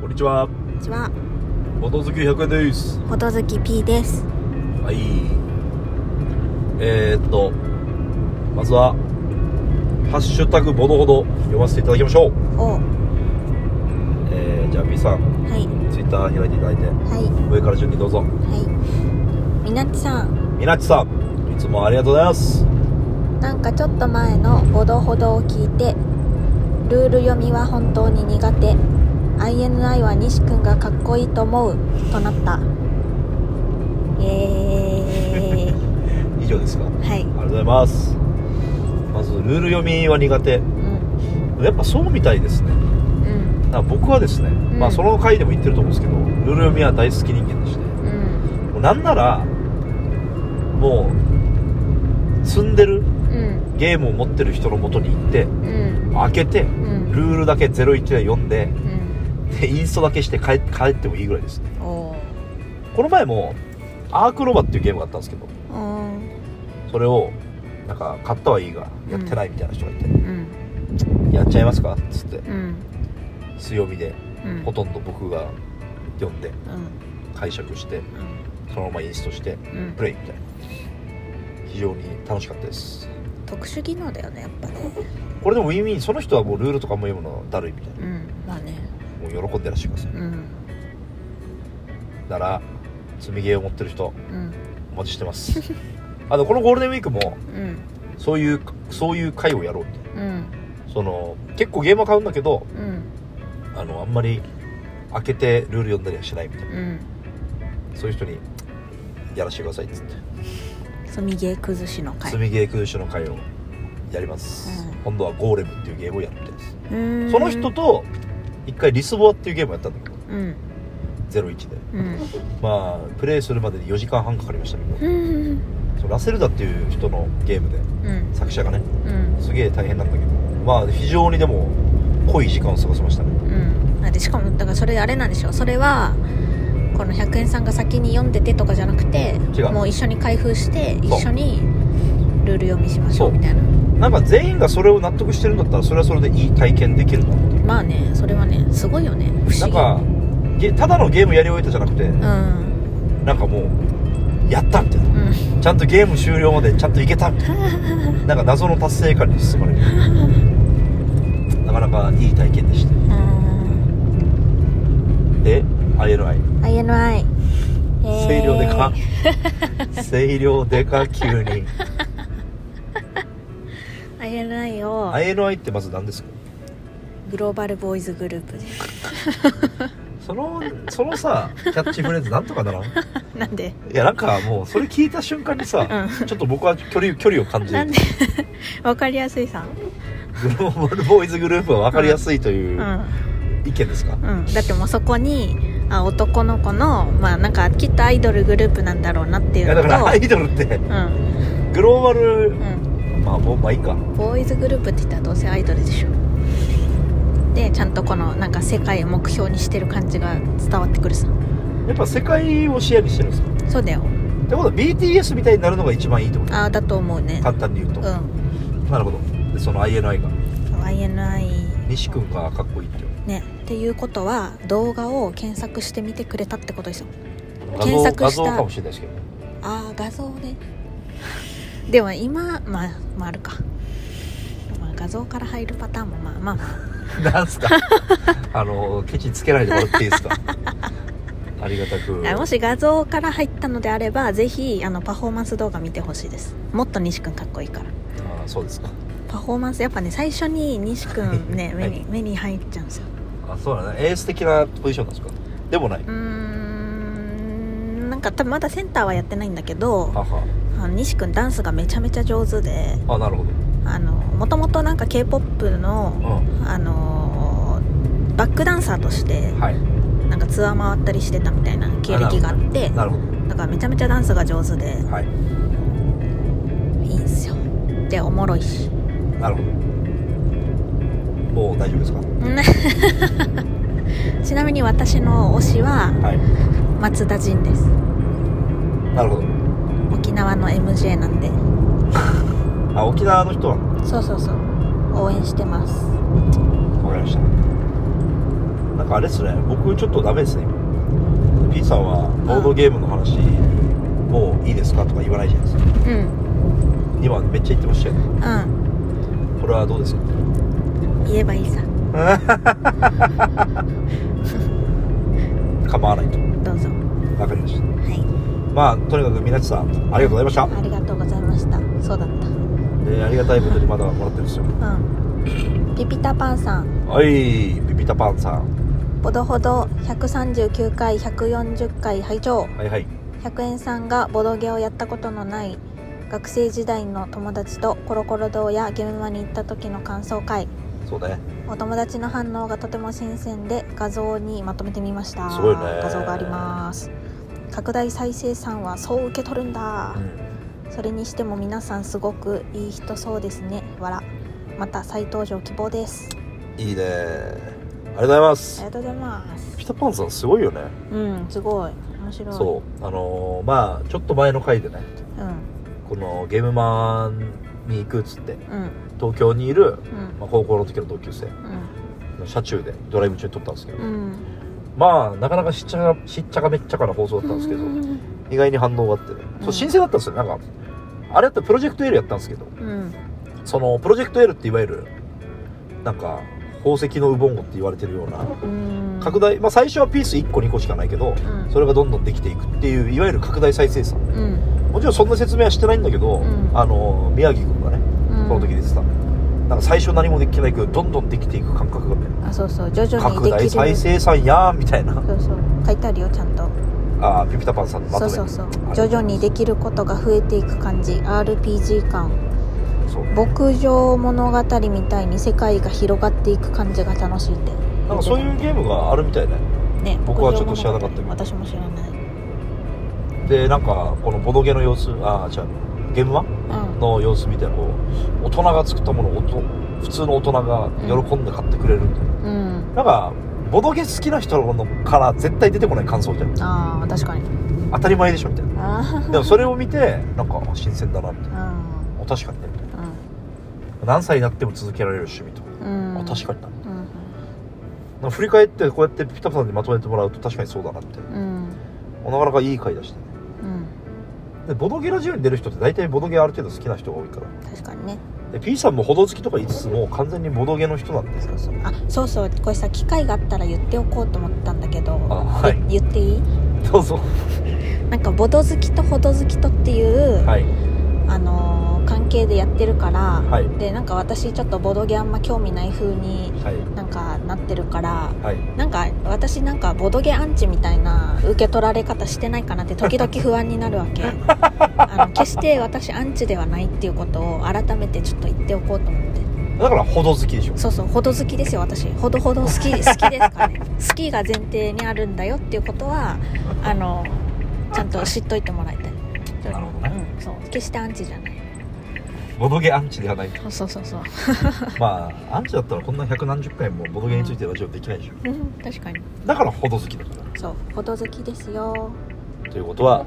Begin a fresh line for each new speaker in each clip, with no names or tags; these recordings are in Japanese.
こんにちは。
こんにちは、
ボトズキ100円です。
ほとずき P です。
はい。えー、っと、まずは、ハッシュタグボドほど読ませていただきましょう。
お、は
えー、じゃあ P さん、
い、
ツイッター開いていただいて、
はい、
上から順にどうぞ。
はい。みなっちさん、
みなっちさん、いつもありがとうございます。
なんかちょっと前のボドほどを聞いて、ルール読みは本当に苦手。INI は西くんがかっこいいと思うとなった。えー
以上ですか。あり
はい。
がとうございます。まず、ルール読みは苦手。
うん、
やっぱそうみたいですね。
うん、
なんか僕はですね、
ん
まあその回でも言ってると思うんですけど、ルール読みは大好き人間でして、
うん、
もうなんならもう積んでる
うん、
ゲームを持ってる人の元に行って
うん、
開けて
うん、
ルールだけ01で読んで
うん、
でインストだけして帰帰ってもいいぐらいですね
おー、
この前もアークロバっていうゲームがあったんですけど
おー、
それをなんか買ったはいいがやってないみたいな人がいて、
うん、
やっちゃいますかっつって
うん、
強みで
うん、
ほとんど僕が読んで
うん、
解釈して
う
そのままインストして
ん、うん
プ。レイみたいな非常に楽しかったです
特殊技能だよねやっぱね
これでもウィンウィンその人はもうルールとかも読むのだるいみたいな
うんまあね
もう喜んでらっしゃいます
うん
なら積みゲーを持ってる人
うん
お待ちしてます あのこのゴールデンウィークも
うん
そういうそういう回をやろうって
うん
その結構ゲームは買うんだけど
うん
あのあんまり開けてルール読んだりはしないみたい
うん
なそういう人にやらせてくださいっつって、
積みゲー崩しの会
積みゲー空手の回をやります、
うん
今度はゴーレムっていうゲームをやるみたいです
うーん
その人と一回リスボアっていうゲームをやったんだけど
うん
01で
うん
まあプレイするまでに4時間半かかりましたけど
うん
そうラセルダっていう人のゲームで
うん
作者がね
うん
すげえ大変なんだけどまあ非常にでも濃い時間を過ごせましたね
うんだってしかもだからそれあれなんでしょそれはこの100円さんが先に読んでてとかじゃなくて
違う
もう一緒に開封して一
そう
緒にルール読みしまし
そ
ょ
うう
みたいな
なんか全員がそれを納得してるんだったらそれはそれでいい体験できるなっていう
まあねそれはねすごいよね不
なん
思
かゲただのゲームやり終えたじゃなくて
議うん
なんかもうやったみたいな
うん
ちゃんとゲーム終了までちゃんといけたみたいななんか謎の達成感に包まれるなかなかいい体験でした
うん
で INI
INI
声量でか声量でか急に
INI を
INI ってまず何ですか
グローバルボーイズグループです
そのそのさキャッチフレーズなんとかならんい
なんで
やなんかもうそれ聞いた瞬間にさ、ちょっと僕は距離距離を感じ
な
る
んで わかりやすいさ
グローバルボーイズグループは分かりやすいと
う、
いうん意見ですか、
うん、だってもうそこにあ男の子のまあなんかきっとアイドルグループなんだろうなってい
いうや
の
だ
と
からアイドルって
うん
グローバル
うん
まあもうまあいいか
ボーイズグループって言ったらどうせアイドルでしょでちゃんとこのなんか世界を目標にしてる感じが伝わってくるさ
やっぱ世界を視野にしてるんですか
そうだよ
ってことは BTS みたいになるのが一番いいってこと
ああだと思うね
簡単に言う
う
と、
ん
なるほどでその INI が
YNI
西君がかっこいいっていう
ねっていうことは動画を検索してみてくれたってことですよ
画像
検索
画
した
像かもしれないですけどね
ああ画像ねでも今まあ、まあ、あるか、まあ、画像から入るパターンもまあまあまあ
なんすかあのケチつけないでもらっていいです かありがたく
あもし画像から入ったのであればぜひあのパフォーマンス動画見てほしいですもっと西くんかっこいいから
あそうですか
パフォーマンスやっぱね最初に西く んね
は
目
い
に目に入っちゃうんですよ
あそうだねエース的なポジションなんですかでもないう
ーんなんか多分まだセンターはやってないんだけど
はは
あの西くんダンスがめちゃめちゃ上手で
あなるほ
あのもともとなんか k p o p の
どう
あのーバックダンサーとして
んはい
なんかツアー回ったりしてたみたいな経歴があって
なるほ
だからめちゃめちゃダンスが上手で
どはい
いいんすよでおもろいし
なるほどもう大丈夫ですか
ちなみに私の推しは
はい
松田陣です
なるほど
沖縄の MJ なんで
あ沖縄の人は
そうそうそう応援してます
わかりましたなんなんかあれっすね僕ちょっとダメですね P さんはボードゲームの話もういいですかとか言わないじゃないですか
うん
今めっちゃ言ってましたよね
うん
これはどうです か
言えばいいさ
構わないと
どうぞ
わかりました
はい
まあとにかく皆さんありがとうございました
ありがとうございましたそうだった
でありがたいことにまだもらってるんですよ
うんピピタパンさん
はいピピタパンさん
ほどほど139回140回拝聴
はいはい
100円さんがボドゲをやったことのない学生時代の友達とコロコロ堂やゲームマに行った時の感想会
そうね
お友達の反応がとても新鮮で画像にまとめてみました
すごいね
画像があります拡大再生産はそう受け取るんだ、
うん
それにしても皆さんすごくいい人そうですねわらまた再登場希望です
いいねありがとうございま
あり
す
がとうございます
ピピタパンさんすごいよね
うんすごい面白い
そうあのーまあちょっと前の回でね
うん
このゲームマンに行くっつって
うん
東京にいる、
うん
まあ、高校の時の同級生
うん
の車中でドライブ中に撮ったんですけど、
うん
まあなかなかしっちゃかしっちゃかめっちゃかな放送だったんですけど、
うん
意外に反応があってね、
う
そ
ん
う新鮮だったんですよなんかあれだったらプロジェクト L やったんですけど
うん
そのプロジェクト L っていわゆるなんか宝石のウボンゴって言われてるような
うん
拡大、まあ、最初はピース1個2個しかないけど
うん
それがどんどんできていくっていういわゆる拡大再生産
うん
もちろんそんな説明はしてないんだけど、
うん
あの宮城君がね
う
そ
ん
の時出てた、なんか最初何もできてないけどどんどんできていく感覚がね
あそうそう徐々に
拡
でき
大
る
再生産やーみたいな
そうそう書いてあるよちゃんと
あーピピタパンさんのまと
そう
め
そうそう
ありがと
徐
うござ
々
います
にできることが増えていく感じ RPG 感
そう
牧場物語みたいに世界が広がっていく感じが楽しいって
なんかそういうゲームがあるみたいね
ね
僕はちょっと知らなかったけど
牧場物語私も知らないうん
でなんかこのボドゲの様子ああ違うゲームはの様子みたいなこう大人が作ったものをおと普通の大人が喜んで買ってくれるみたいな、
うん
なんかボドゲ好きな人のから絶対出てこない感想じゃん
ああ確かに
当たり前でしょみたいな
あー
でもそれを見てなんか新鮮だなみたいな
うん
あ確かにねみたいな何歳になっても続けられる趣味とか、
うんう
あ
ん
確かにな
うん
なんか振り返ってこうやってピタパさんにまとめてもらうと確かにそうだなみたいな
うん
なかなかいい回だしてね
うん
でボドゲラジオに出る人って大体ボドゲある程度好きな人が多いから
確かにね
で P さんもほど好きとか言いつつもう完全にボドゲの人なんです
そうそうあそうそうこれさ機会があったら言っておこうと思ったんだけど
あはい
言っていい
どうぞ
なんかボド好きとほど好きとっていう、
はい
あのー関係でやってるから、
はい
でなんか私ちょっとボドゲあんま興味ない風に
はい
なんかなってるから
はい
なんか私なんかボドゲアンチみたいな受け取られ方してないかなって時々不安にな るわけあの決して私アンチではないっていうことを改めてちょっと言っておこうと思って
だからほど好きでしょ
そうそうほど好きですよ私ほどほど好き好きですか らね好きが前提にあるんだよっていうことはあのちゃんと知っといてもらいたい
なるほどね
うん、そう決してアンチじゃない
ボドゲアンチではない
そうそうそうそう、
まあアンチだったらこんな百何十回もボドゲについてラジオできないでしょ
うん、確かに
だからほど好きだか
そうほど好きですよ、
らということは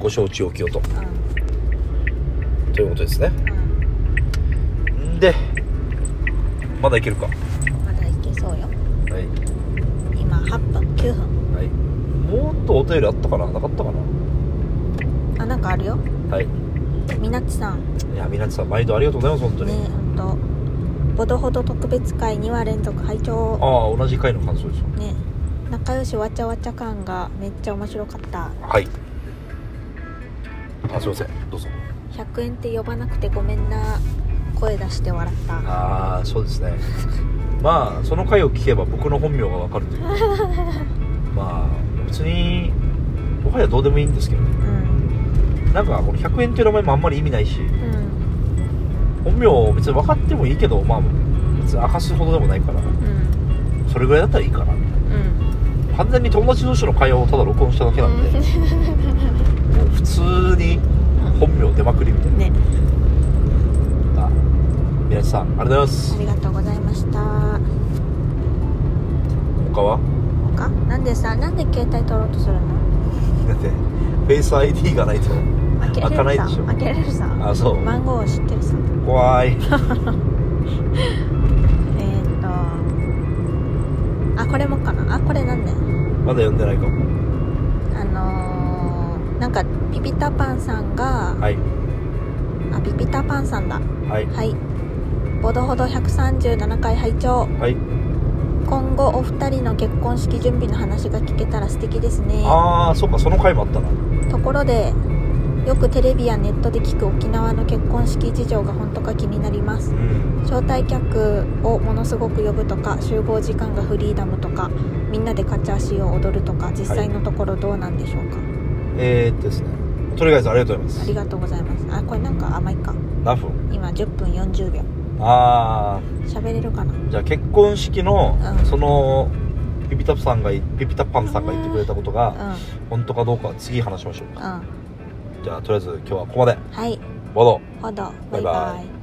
ご承知おきよと
うん
ということですね
うん、
んでまだいけるかは
まだいけそうよ
い
今8分9分
はいもっとお便りあったかななかったかな
あなんかあるよ
はい
みなっちさん
いや皆さん毎度ありがとうございます本当
ね
に、
本当ほどほど特別会2話連続拝
あ
聴
あ同じ回の感想です
ね仲良しわちゃわちゃ感がめっちゃ面白かった
はいあすいませんどうぞ
100円って呼ばなくてごめんな声出して笑った
ああそうですねまあその回を聞けば僕の本名がわかるというまあ別にもはやどうでもいいんですけどね
うん
なんかこの100円っていう名前もあんまり意味ないし
うん
本名を別に分かってもいいけどまあ別に明かすほどでもないから
うん
それぐらいだったらいいかな
うん
完全に友達同士の会話をただ録音しただけなんで、もう普通に本名出まくりみたい
ね
なあ皆さんありがとうございま
あ
す
りがとうございました
他は
他なんでさなんで携帯取ろうとするの
だってフェイス ID がないと
開けれる
開
さ
かないでしょ
開けれるさ
あそう
番号を知ってるさ
怖い
えーっとあこれもかなあこれなんだよ
まだ読んでないかも
あのー、なんかピピタパンさんが、
はい
あピピタパンさんだ
はい
はいボドほど137回拝聴
はい
今後お二人の結婚式準備の話が聞けたら素敵ですね
ああそっかその回もあったな
ところでよくテレビやネットで聞く沖縄の結婚式事情が本当か気になりま
う
す
ん
招待客をものすごく呼ぶとか集合時間がフリーダムとかみんなでカチャシを踊るとか実際のところどうなんでしょうか、
えー、っとですねとりあえずありがとうござ
あ
います
りがとうございますあこれなんか甘いか
何分
今10分40秒
あ
喋れるかな
あじゃあ結婚式の、
うん
そのピピタパンさんがいピピタパンさんが言ってくれたことが、
うん
本当かどうかは次話しましょう
うん
じゃあとりあえず今日はここまで
はい
ボード
ほど
バ
バ
イバイ
イバイ